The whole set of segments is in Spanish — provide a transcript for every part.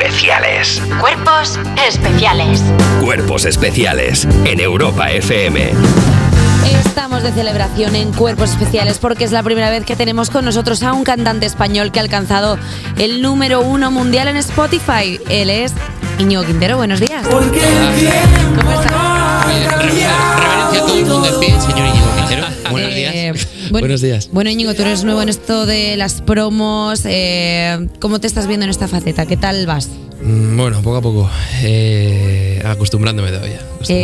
especiales. Cuerpos especiales. Cuerpos especiales en Europa FM. Estamos de celebración en Cuerpos Especiales porque es la primera vez que tenemos con nosotros a un cantante español que ha alcanzado el número uno mundial en Spotify. Él es Iñigo Quintero. Buenos días. ¿Cómo estás? Reverencia a todo el mundo en pie, señor Íñigo Quintero. Buenos días. Eh, bueno- Buenos días. Bueno, Íñigo, tú eres nuevo en esto de las promos. eh, ¿Cómo te estás viendo en esta faceta? ¿Qué tal vas? Mm, Bueno, poco a poco. eh, acostumbrándome Eh, todavía.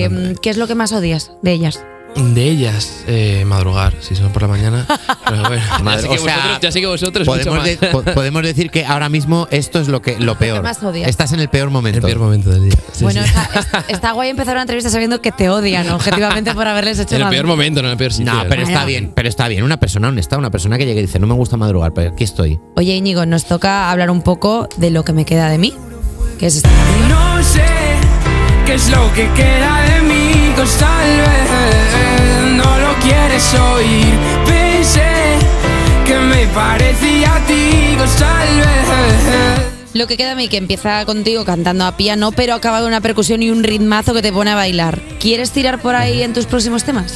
acostumbrándome. ¿Qué es lo que más odias de ellas? de ellas, eh, madrugar, si son por la mañana. Pero bueno, ya Madre- sé que o sea, vosotros, ya sé que vosotros mucho Podemos, más. de- po- podemos decir que ahora mismo esto es lo que lo peor. más odias. Estás en el peor momento. El peor momento del día. Sí, bueno, sí. Está, está guay empezar una entrevista sabiendo que te odian, objetivamente, por haberles hecho En el la- peor momento, no en el peor sitio. No, pero Bueno. está bien, pero está bien. Una persona honesta, una persona que llega y dice, no me gusta madrugar, pero aquí estoy. Oye, Íñigo, nos toca hablar un poco de lo que me queda de mí. Que es esta canción. No sé qué es lo que queda de mí, pues tal vez no lo quieres oír. Pensé que me parecía a ti, pues tal vez. Lo que queda de mí, que empieza contigo cantando a piano, pero acaba con una percusión y un ritmazo que te pone a bailar. ¿Quieres tirar por ahí en tus próximos temas?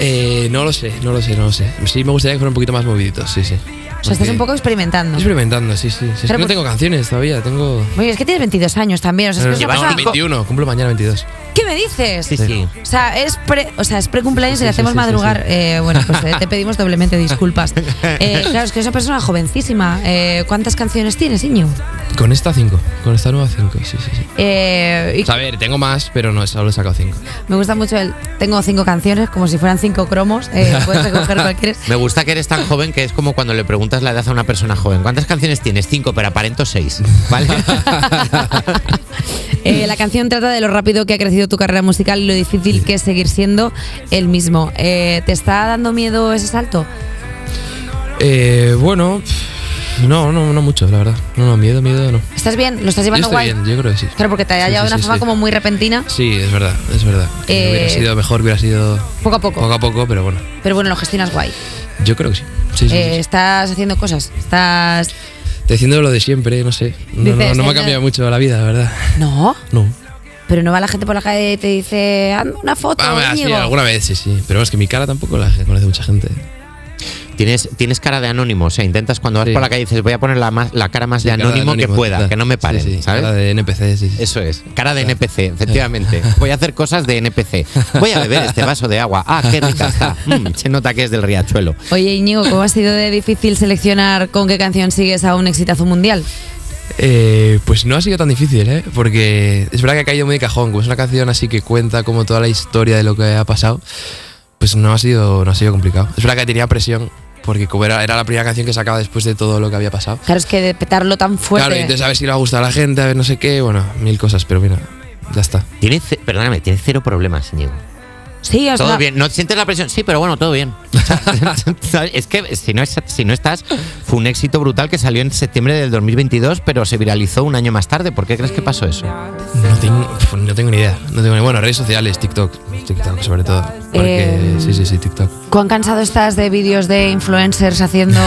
Eh, no lo sé, no lo sé, no lo sé. Sí, me gustaría que fuera un poquito más moviditos, sí, sí. O sea, estás Porque- un poco experimentando. Experimentando, sí, sí. sí. Pero Es que pues- no por- tengo canciones todavía, tengo. Oye, es que tienes 22 años también. O sea, es que No, es una no, cosa- 21, cumplo mañana 22. ¿Qué me dices? Sí, sí. O sea, es pre, o sea, es precumpleaños y le Sí, sí, hacemos sí, sí, madrugar. sí. Eh, bueno, pues eh, te pedimos doblemente disculpas. Eh, claro, es que eres una persona jovencísima. Eh, ¿Cuántas canciones tienes, Iño? Con esta 5, con esta nueva 5, sí, sí, sí. Eh, y O sea, a ver, tengo más, pero no, solo he sacado 5. me gusta mucho el. Tengo cinco canciones, como si fueran cinco cromos. eh, puedes recoger cualquiera. Me gusta que eres tan joven que es como cuando le preguntas la edad a una persona joven. ¿Cuántas canciones tienes? Cinco, pero aparento seis. ¿Vale? Eh, la canción trata de lo rápido que ha crecido tu carrera musical y lo difícil que es seguir siendo el mismo. Eh, ¿Te está dando miedo ese salto? Eh, bueno, pff, no, no, no mucho, la verdad. No, no, miedo, miedo, no. ¿Estás bien? ¿Lo estás Yo llevando estoy guay? bien, yo creo que sí. Claro, porque te ha Sí, llegado sí, de una sí, forma sí. como muy repentina. Sí, es verdad, es verdad. Que Eh, Hubiera sido mejor, hubiera sido. Poco a poco. Poco a poco, pero bueno. Pero bueno, lo gestionas guay. Yo creo que sí. Sí, sí, sí, Eh, sí. estás haciendo cosas. Estás. Te Diciendo lo de siempre, no sé. No, no, Dices, no me eh, ha cambiado mucho la vida, la verdad. No, No. pero no va la gente por la calle y te dice, hazme una foto. Ah, me- sí, Íñigo". alguna vez, sí, sí. Pero es que mi cara tampoco la conoce mucha gente. tienes, tienes cara de anónimo. O sea, intentas cuando vas Sí. por la calle dices, voy a poner la, más- la cara más de Mi cara anónimo, que pueda, total. que no me paren. Sí, sí, ¿sabes? cara de NPC, sí. sí. Eso es, cara de NPC, efectivamente. Voy a hacer cosas de NPC. Voy a beber este vaso de agua. Ah, qué rica está. Mm, se nota que es del riachuelo. Oye, Íñigo, ¿cómo ha sido de difícil seleccionar con qué canción sigues a un exitazo mundial? Eh, pues no ha sido tan difícil, ¿eh? Porque es verdad que ha caído muy de cajón. Como es una canción así que cuenta como toda la historia de lo que ha pasado, pues no ha sido, no ha sido complicado. Es verdad que tenía presión, porque como era, era la primera canción que sacaba después de todo lo que había pasado. Claro, es que de petarlo tan fuerte. Claro, y entonces a ver si le va a gustar a la gente, a ver no sé qué, bueno, mil cosas, pero mira, ya está. Tiene ce- perdóname, tiene cero problemas, Íñigo. sí, o sea, Todo bien. ¿No sientes la presión? Sí, pero bueno, todo bien. ¿Sabes? es que si no, es- si no estás, fue un éxito brutal que salió en septiembre del 2022, pero se viralizó un año más tarde. ¿Por qué crees que pasó eso? No tengo, pf, no tengo ni idea. No tengo ni- bueno, redes sociales, TikTok, TikTok sobre todo. Porque, Eh, sí, sí, sí, TikTok. ¿Cuán cansado estás de vídeos de influencers haciendo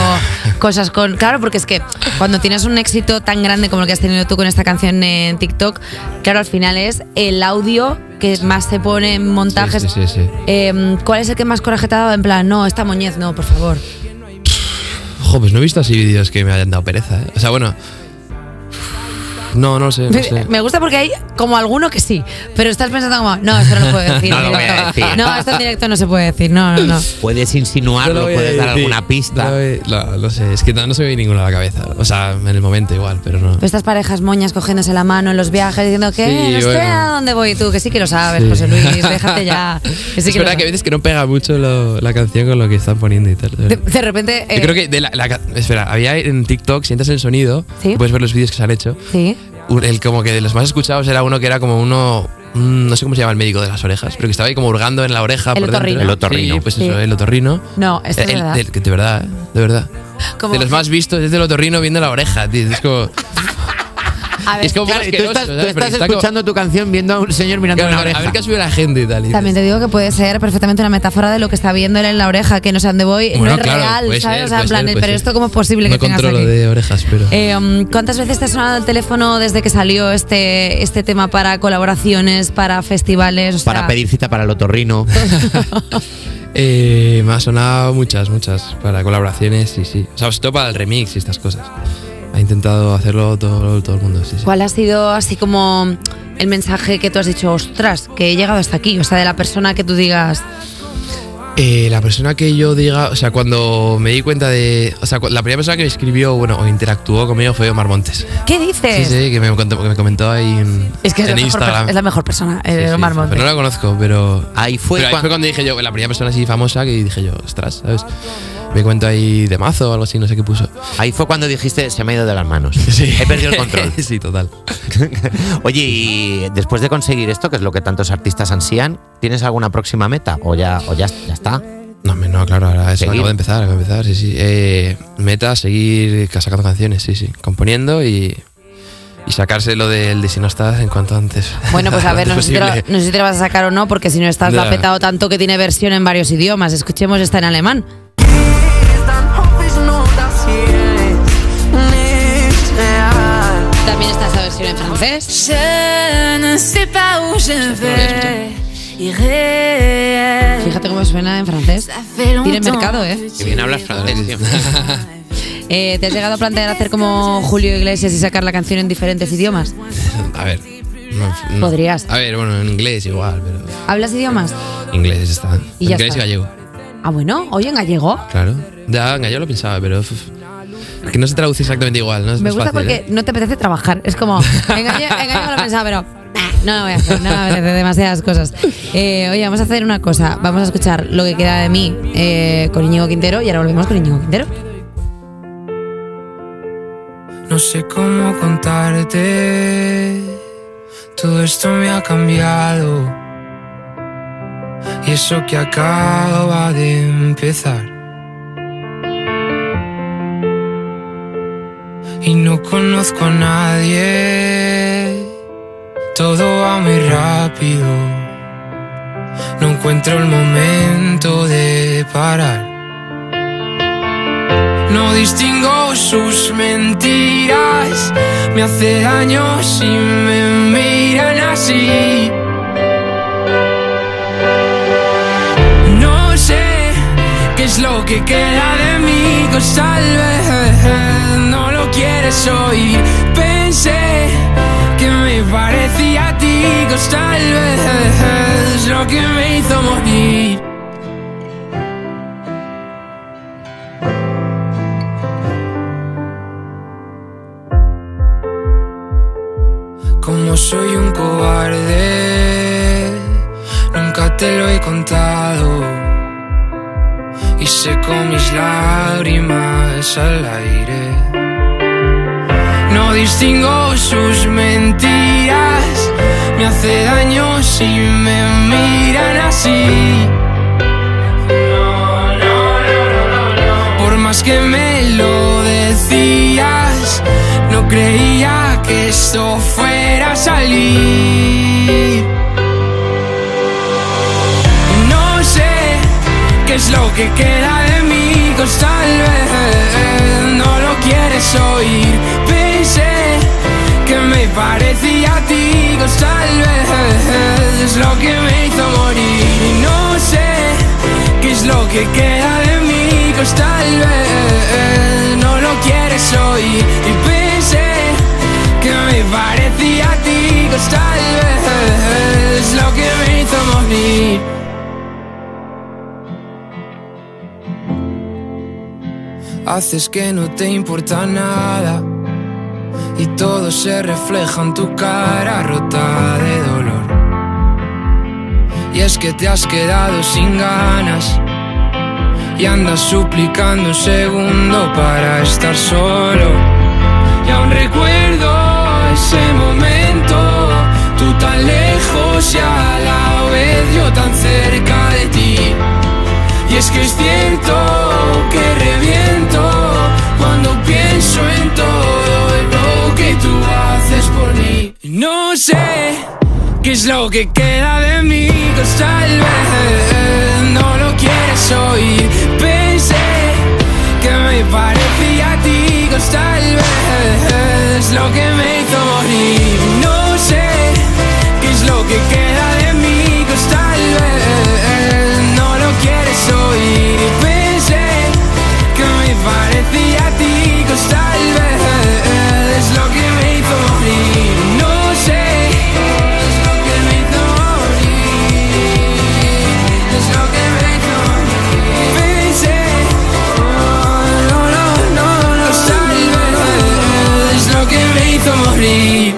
cosas con.? Claro, porque es que cuando tienes un éxito tan grande como el que has tenido tú con esta canción en TikTok, claro, al final es el audio que más se pone en montajes. Sí, sí, sí, sí. Eh, ¿Cuál es el que más coraje te ha dado? En plan, no, esta moñez, no, por favor. Ojo, pues no he visto así vídeos que me hayan dado pereza, ¿eh? O sea, bueno. No, no lo sé. No sé. eh, Me gusta porque hay como alguno que sí, pero estás pensando como, no, esto no lo puedo decir. No en lo voy a directo. decir. No, esto en directo no se puede decir, no, no, Pues no. Puedes No insinuarlo, lo voy a puedes dar decir. alguna pista. No, eh, no, no sé, es que no, no se me ve ninguna a la cabeza. O sea, en el momento igual, pero no. Pero Estas parejas moñas cogiéndose la mano en los viajes diciendo que Sí, no sé bueno. a dónde voy tú, que sí que lo sabes, Sí. José Luis, déjate ya. Que sí es que lo verdad que a sabes. veces que no pega mucho lo- la canción con lo que están poniendo y tal. de, de repente. eh, Yo creo que de la, la ca- espera, había en TikTok, si entras en el sonido, Sí. puedes ver los vídeos que se han hecho. Sí. Un- El como que de los más escuchados era uno que era como uno mm, no sé cómo se llama el médico de las orejas, pero que estaba ahí como hurgando en la oreja El por dentro. otorrino. El otorrino. Sí, pues Sí. eso, el otorrino. No, esto es El- verdad. del- que de verdad, ¿eh? de verdad. Como- De los más vistos es del otorrino viendo la oreja, tío. Es como A ver. es como Claro, y tú asqueroso, estás, ¿sabes? tú Pero estás está como- escuchando tu canción viendo a un señor mirando claro, una a ver- oreja. A ver qué ha subido la gente y tal. y También dices, te digo que puede ser perfectamente una metáfora de lo que está viendo él en la oreja, que no sé a dónde voy, Bueno, no es claro, puede real, ¿sabes? o ser, sea, puede en plan, ser, el- puede pero ser. esto cómo es posible no que tengas controlo aquí? de orejas, pero. Eh, um, ¿Cuántas veces te ha sonado el teléfono desde que salió este, este tema para colaboraciones, para festivales? O sea, Para pedir cita para el otorrino. Eh, me ha sonado muchas, muchas. Para colaboraciones, sí, sí. O sea, sobre todo para el remix y estas cosas. Ha intentado hacerlo todo, todo el mundo, sí, sí. ¿Cuál ha sido así como el mensaje que tú has dicho, ostras, que he llegado hasta aquí? O sea, de la persona que tú digas, Eh, la persona que yo diga, o sea, cuando me di cuenta de. O sea, cu- la primera persona que me escribió, bueno, o interactuó conmigo fue Omar Montes. ¿qué dices? Sí, sí, que me, contó- que me comentó ahí en, Es que es la, en mejor, Instagram. per- es la mejor persona, Sí, eh, sí, Omar sí, Montes. Pues Pero no la conozco, pero. ah, Ahí fue pero ahí cuan- fue cuando dije yo, la primera persona así famosa que dije yo, ostras, ¿sabes? Me cuento ahí de mazo o algo así, no sé qué puso. Ahí fue cuando dijiste, se me ha ido de las manos. He perdido el control. sí, total. Oye, y después de conseguir esto, que es lo que tantos artistas ansían, ¿tienes alguna próxima meta? O ya, o ya, ya está. No, hombre, no, claro, ahora eso Seguir. acabo de empezar, acabo de empezar, sí, sí. Eh, meta, seguir ca- sacando canciones, sí, sí. Componiendo y, y sacárselo del de si no estás en cuanto antes. Bueno, pues a ver, no sé, si te la- Posible. no sé si te la vas a sacar o no, porque si no estás Ya. la ha petado tanto que tiene versión en varios idiomas. Escuchemos esta en alemán. También está esa versión en francés. Je ne sais pas où je vais. Irréel. Fíjate cómo suena en francés. Ça fait longtemps. Tiene mercado, ¿eh? que Que bien hablas francés, tío. Eh, ¿Te has llegado a plantear hacer como Julio Iglesias y sacar la canción en diferentes idiomas? a ver. no, no. Podrías. A ver, bueno, en inglés igual, pero. ¿Hablas idiomas? Inglés está. Y ya inglés está. y gallego, Ah, bueno, oye, en gallego. claro. Ya, en gallego lo pensaba, pero. uf, que no se traduce exactamente igual, ¿no? Es- Me no es gusta fácil, porque ¿eh? no te apetece trabajar. Es como, en gallego, en gallego lo pensaba, pero ah, no lo voy a hacer, no me apetece demasiadas cosas. Eh, oye, vamos a hacer una cosa. Vamos a escuchar lo que queda de mí eh, con Íñigo Quintero y ahora volvemos con Íñigo Quintero. No sé cómo contarte. Todo esto me ha cambiado. Y eso que acaba de empezar. Y no conozco a nadie. Todo va muy rápido. No encuentro el momento de parar. No distingo sus mentiras, me hace daño si me miran así. No sé qué es lo que queda de mí, pues tal vez no lo quieres oír. Pensé que me parecía a ti, pues tal vez lo que me hizo morir. Como soy un cobarde, nunca te lo he contado. Y seco mis lágrimas al aire. No distingo sus mentiras, me hace daño si me miran así. Por más que me lo decías, no creía que esto fuera a salir. No sé qué es lo que queda de mí, pues tal vez no lo quieres oír. Pensé que me parecía a ti, pues tal vez es lo que me hizo morir. Y no sé qué es lo que queda de mí, pues tal vez no lo quieres oír. Y pensé que me parecía a ti, pues tal vez es lo que me hizo morir. Haces que no te importa nada y todo se refleja en tu cara rota de dolor. Y es que te has quedado sin ganas y andas suplicando un segundo para estar solo. Y aún recuerdo ese momento, tú tan lejos y a la vez yo tan cerca de ti. Y es que es cierto que reviento cuando pienso en todo lo que tú haces por ¿Qué es lo que queda de mí? Pues tal vez no lo quieres oír. Pensé que me parecía a ti. Pues tal vez lo que me hizo morir. No sé qué es lo que queda de mí. Pues tal vez no lo quieres oír. Pensé que me parecía a ti. Pues tal vez lo que me hizo morir. No sé. Es lo que me hizo morir, es lo que me hizo morir. Pensé, no, no, no, no, salve, es lo que me hizo morir.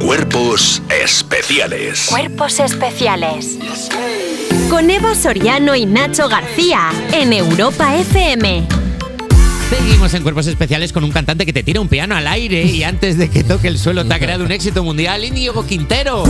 Cuerpos especiales. Cuerpos especiales. Con Eva Soriano y Nacho García en Europa FM. Seguimos en Cuerpos Especiales con un cantante que te tira un piano al aire y antes de que toque el suelo te ha creado un éxito mundial, Íñigo Quintero.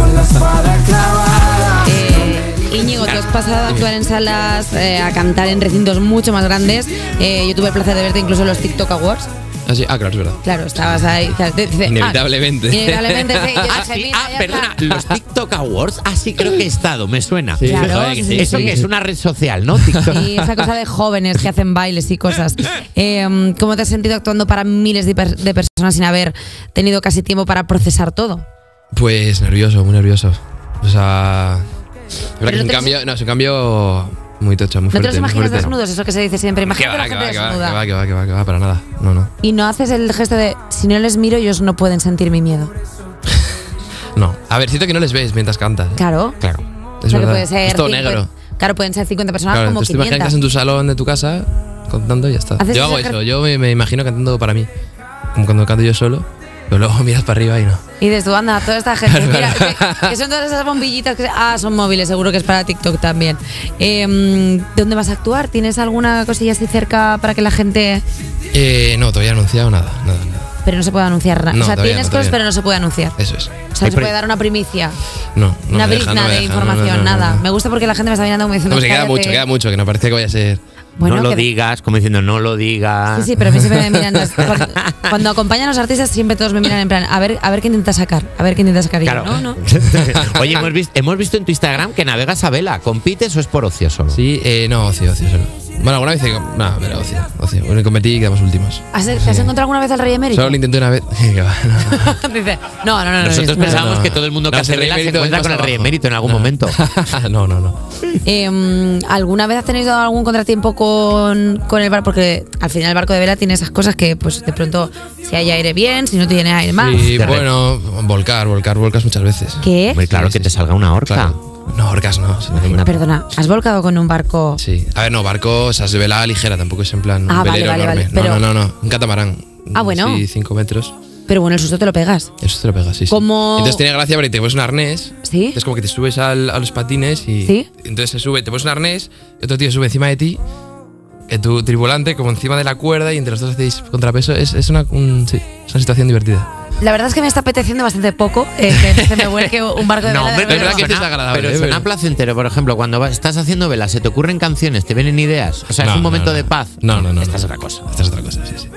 Eh, Íñigo, tú has pasado a actuar en salas, eh, a cantar en recintos mucho más grandes. Eh, yo tuve el placer de verte incluso en los TikTok Awards. Ah, sí, ah, claro, es verdad. Claro, estabas ahí. o sea, te- dice, ah, Inevitablemente. inevitablemente, sí. Yo Ah, dije, sí. "Mira, Ah, ya perdona, está". los TikTok Awards. Ah, sí, creo que he estado, me suena. Sí, Claro, joder, que sí. Eso que es una red social, ¿no? TikTok. Y esa cosa de jóvenes que hacen bailes y cosas. Eh, ¿Cómo te has sentido actuando para miles de, per- de personas sin haber tenido casi tiempo para procesar todo? Pues nervioso, muy nervioso. O sea. es verdad que es no un te- cambio. No, es un cambio muy tocho, muy ¿No fuerte. te los muy imaginas fuerte. desnudos? Eso que se dice siempre. Que Imagínate a va, la que gente va, que va, que desnuda. va, que va, que va, que va, para nada. No, no. Y no haces el gesto de si no les miro, ellos no pueden sentir mi miedo. No. A ver, siento que no les ves mientras cantas. ¿eh? Claro. Claro. O Es sea, que verdad. puede ser es todo 50 negro. Claro, pueden ser 50 personas Claro, como entonces te imaginas que 500. estás en tu salón de tu casa contando y ya está. Haces ese Yo hago ejerc- eso, yo me, me imagino cantando para mí. Como cuando canto yo solo, pero luego miras para arriba y no. Y dices tú, anda, toda esta gente. Es Mira, verdad. que, que son todas esas bombillitas que. Ah, son móviles, seguro que es para TikTok también. Eh, ¿Dónde vas a actuar? ¿Tienes alguna cosilla así cerca para que la gente. Eh, no, todavía he anunciado nada, nada, nada. Pero no se puede anunciar nada. No, o sea, todavía tienes no, cosas, todavía pero no. no se puede anunciar. Eso O es. sea, Hay no se pre- puede dar una primicia. No, no una me dejan, brizna no me de dejan, no, no, información, no, no, nada. no. Me gusta porque la gente me está mirando como diciendo. No, pues que queda "Cállate". mucho, queda mucho, que no parece que vaya a ser. Bueno, no lo que- digas, como diciendo, no lo digas. Sí, sí, pero a mí siempre me miran. las- Cuando, cuando acompañan a los artistas, siempre todos me miran en plan, a ver, a ver qué intenta sacar, a ver qué intenta sacar. Y yo, Claro. no, no. Oye, hemos visto, hemos visto en tu Instagram que navegas a vela. ¿Compites o es por ocio solo? Sí, eh, no, ocio, ocio solo. Bueno, alguna vez. he- No, pero ocio, ocio. Bueno, competí y quedamos últimos. ¿Has, ¿Te has encontrado alguna vez al Rey Emérito? Solo lo intenté una vez. Que va, no, no. Dice, no, no, no. no, Nosotros no, no. pensábamos no. que todo el mundo que No, hace el rey vela se emérito encuentra es con el más rey abajo. emérito en algún No. momento. no, no, no. Eh, ¿Alguna vez has tenido algún contratiempo con, con el barco? Porque al final el barco de vela tiene esas cosas que, pues, de pronto, si hay aire bien, si no tiene aire mal. Y de bueno, volcar, volcar, volcas muchas veces. ¿Qué? Hombre, claro, Sí, que sí, te sí. salga una horca. Claro. No, orcas no. sin ninguna- Ah, Perdona, ¿has volcado con un barco? Sí. A ver, no, barco, o sea, es de vela ligera, tampoco es en plan un Ah, vale, velero vale, enorme. vale, pero- No, no, no, no, un catamarán. Ah, bueno. Sí, 5 metros. Pero bueno, el susto te lo pegas. Eso te lo pegas, sí, sí. Como- Entonces tiene gracia porque te pones un arnés. ¿Sí? Entonces como que te subes al- a los patines y... ¿Sí? Entonces se sube, te pones un arnés, y otro tío sube encima de ti, que tu tripulante como encima de la cuerda y entre los dos hacéis contrapeso. Es, es una, un- sí, es una situación divertida. La verdad es que me está apeteciendo bastante poco eh, que se me vuelque un barco de No, vela. de hombre, pero, verdad. es verdad que suena- es desagradable, pero ¿eh? suena Pero- placentero, por ejemplo, cuando vas- estás haciendo vela, se te ocurren canciones, te vienen ideas. O sea, No, es un no, momento no. de paz. No, no, no. Esta no. es otra cosa. Esta es otra cosa, sí, sí.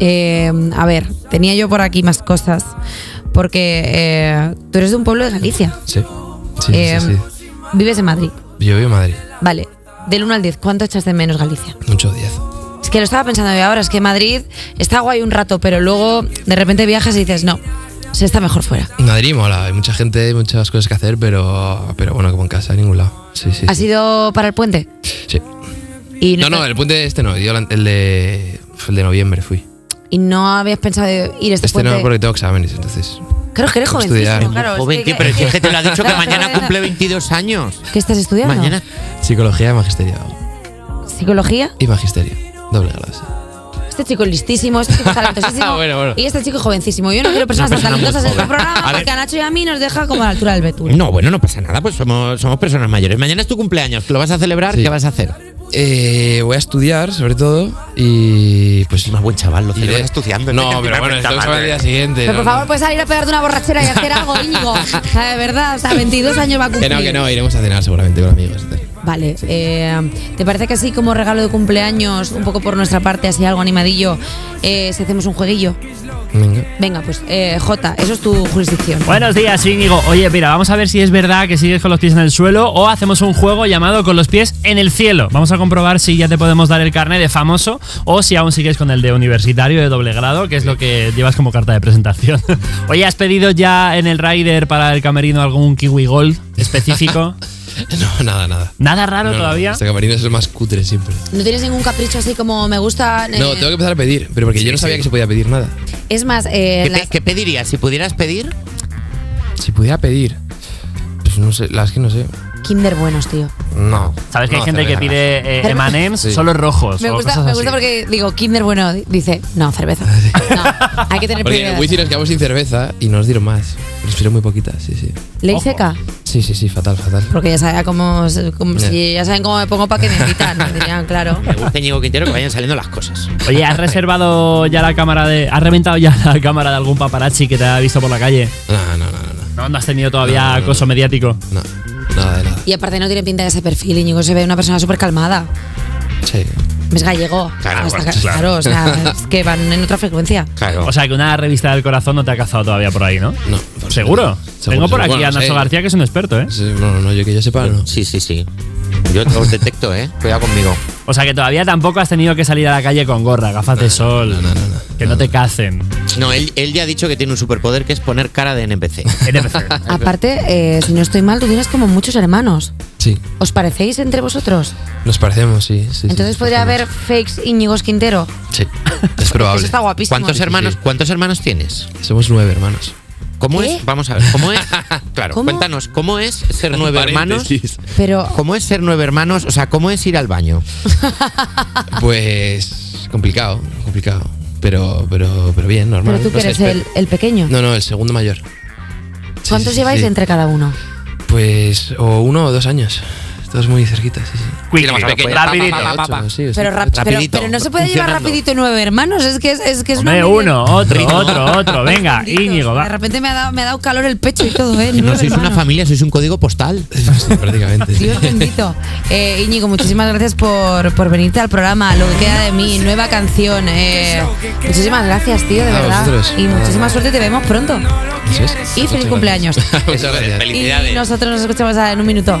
Eh, a ver, tenía yo por aquí más cosas. Porque eh, tú eres de un pueblo de Galicia. Sí. Sí, Eh, sí, Vives en Madrid. sí. Yo vivo en Madrid. Vale. Del 1 al 10, ¿cuánto echas de menos Galicia? Mucho 10. Es que lo estaba pensando yo ahora, es que Madrid está guay un rato, pero luego de repente viajas y dices, no, se está mejor fuera. Madrid mola, hay mucha gente, hay muchas cosas que hacer, pero, pero bueno, como en casa, en ningún lado. Sí, sí. ¿Has sí. ido para el puente? Sí. ¿Ah, Y No, te- no, el puente este no, yo la- el de, el de noviembre fui. y no habías pensado de ir a este, Este puente. no, porque tengo exámenes, entonces. Claro, que eres Tengo que jovencísimo, estudiar. claro. es Joven, que- que- pero es que este te lo ha dicho que Claro, mañana claro, cumple claro. 22 años. ¿Qué estás estudiando? Mañana. Psicología y magisterio. ¿Psicología? Y magisterio. Doble grado, sí. Este chico es listísimo, este chico es Ah, talentosísimo. Bueno, bueno. Y este chico es jovencísimo. Yo no quiero personas tan persona muy talentosas en este joven. A programa ver. porque a Nacho y a mí nos deja como a la altura del betún. No, bueno, no pasa nada, pues somos, somos personas mayores. Mañana es tu cumpleaños, ¿lo vas a celebrar? Sí. ¿Qué vas a hacer? Eh, voy a estudiar, sobre todo, y pues... más buen chaval, lo iré- celebras estudiando. No, pero bueno, tengo que examen eh. al día siguiente. Pero no, por no. favor, puedes salir a pegarte una borrachera y hacer algo, Íñigo. O sea, de verdad, o sea, 22 años va a Que cumplir. no, que no, iremos a cenar seguramente con amigos. y tal. Vale, eh, ¿te parece que así como regalo de cumpleaños, un poco por nuestra parte, así algo animadillo, eh, si hacemos un jueguillo? Venga. Venga, pues eh, Jota, eso es tu jurisdicción. Buenos días, Íñigo. Oye, mira, vamos a ver si es verdad que sigues con los pies en el suelo o hacemos un juego llamado con los pies en el cielo. Vamos a comprobar si ya te podemos dar el carnet de famoso o si aún sigues con el de universitario de doble grado, que es lo que llevas como carta de presentación. Oye, ¿has pedido ya en el Rider para el camerino algún kiwi gold específico? No, nada, nada. Nada Ah, raro No, no, todavía. Este camerino es el más cutre siempre. ¿No tienes ningún capricho así como me gusta? eh, No, tengo que empezar a pedir, pero porque yo no sabía que se podía pedir nada. Es más, eh, ¿Qué, las- pe- qué pedirías? Si pudieras pedir, Si pudiera pedir. Pues no sé, las que no sé. Kinder buenos, tío. No. Sabes que hay No, gente que cerveza. pide eh, Cerveza. M&M's Sí. solo rojos. Me o gusta, cosas me así. gusta porque digo, Kinder bueno, di- dice, no, cerveza. No, hay que tener Porque en prioridades. Wizzy nos quedamos sin cerveza y no nos dieron más. Nos dieron muy poquitas, sí, sí. Ley Ojo. seca, Sí, sí, sí, fatal, fatal. porque ya saben cómo, cómo- Ya. si ya saben cómo me pongo para que me invitan, me dirían, claro. me gusta Íñigo Quintero que vayan saliendo las cosas. Oye, ¿has reservado ya la cámara de. ¿Has reventado ya la cámara de algún paparazzi que te ha visto por la calle? No, no, no, no, no. No, no has tenido todavía No, no, no. acoso mediático. No, nada de nada. Y aparte no tiene pinta de ese perfil, Íñigo se ve una persona súper calmada. Sí. Es gallego. Claro, Está- bueno, claro. claro, o sea, es que van en otra frecuencia. Claro. O sea, que una revista del corazón no te ha cazado todavía por ahí, ¿no? no. ¿Seguro? Tengo por aquí Bueno, a Nacho sí. García, que es un experto, ¿eh? Sí, No, no, yo que yo sepa, no. Sí, sí, sí. Yo te los detecto, ¿eh? Cuidado conmigo. O sea, que todavía tampoco has tenido que salir a la calle con gorra, gafas de sol. no, no, no, no. que no, te cacen. No, él, él ya ha dicho que tiene un superpoder que es poner cara de NPC. NPC. Aparte, eh, si no estoy mal, tú tienes como muchos hermanos. Sí. ¿Os parecéis entre vosotros? Nos parecemos, sí. sí, sí, Entonces nos podría haber parecemos. fakes Íñigos Quintero. Sí. Es probable. Eso Pues está guapísimo. ¿Cuántos hermanos, ¿Cuántos hermanos tienes? Somos nueve hermanos. ¿Cómo ¿Qué? es? Vamos a ver. ¿Cómo es? Claro, ¿Cómo? cuéntanos, ¿cómo es ser nueve hermanos? Paréntesis. Pero ¿Cómo es ser nueve hermanos? O sea, ¿cómo es ir al baño? Pues complicado, complicado. Pero, pero, pero bien, normal. Pero tú No que sé, eres espe- el, el pequeño. No, no, el segundo mayor. Sí, ¿Cuántos sí, sí, lleváis sí. entre cada uno? Pues o uno o dos años. Todos muy cerquitas, sí, sí. Quick, Tira más quick, pequeño. rapidito. Pa, pa, pa, pa, pa. Ocho, sí, o Pero, sea, rap- pero, rapidito, pero no se puede llevar funcionando. rapidito nueve hermanos, es que es, es que es Hombre, una uno, otro, Ritmo. otro, otro. Venga, Benditos. Íñigo, De va. repente me ha dado, me ha dado calor el pecho y todo, ¿eh? No Nueve sois una hermanos. familia, sois un código postal. sí, prácticamente. sí. Dios bendito. Eh, Íñigo, muchísimas gracias por, por venirte al programa. Lo que queda de mí, nueva canción. eh, muchísimas gracias, tío, de A verdad. vosotros. Y muchísima suerte y te vemos pronto. Eso es. Y feliz Muchas cumpleaños. gracias. Muchas gracias. Y nosotros nos escuchamos en un minuto.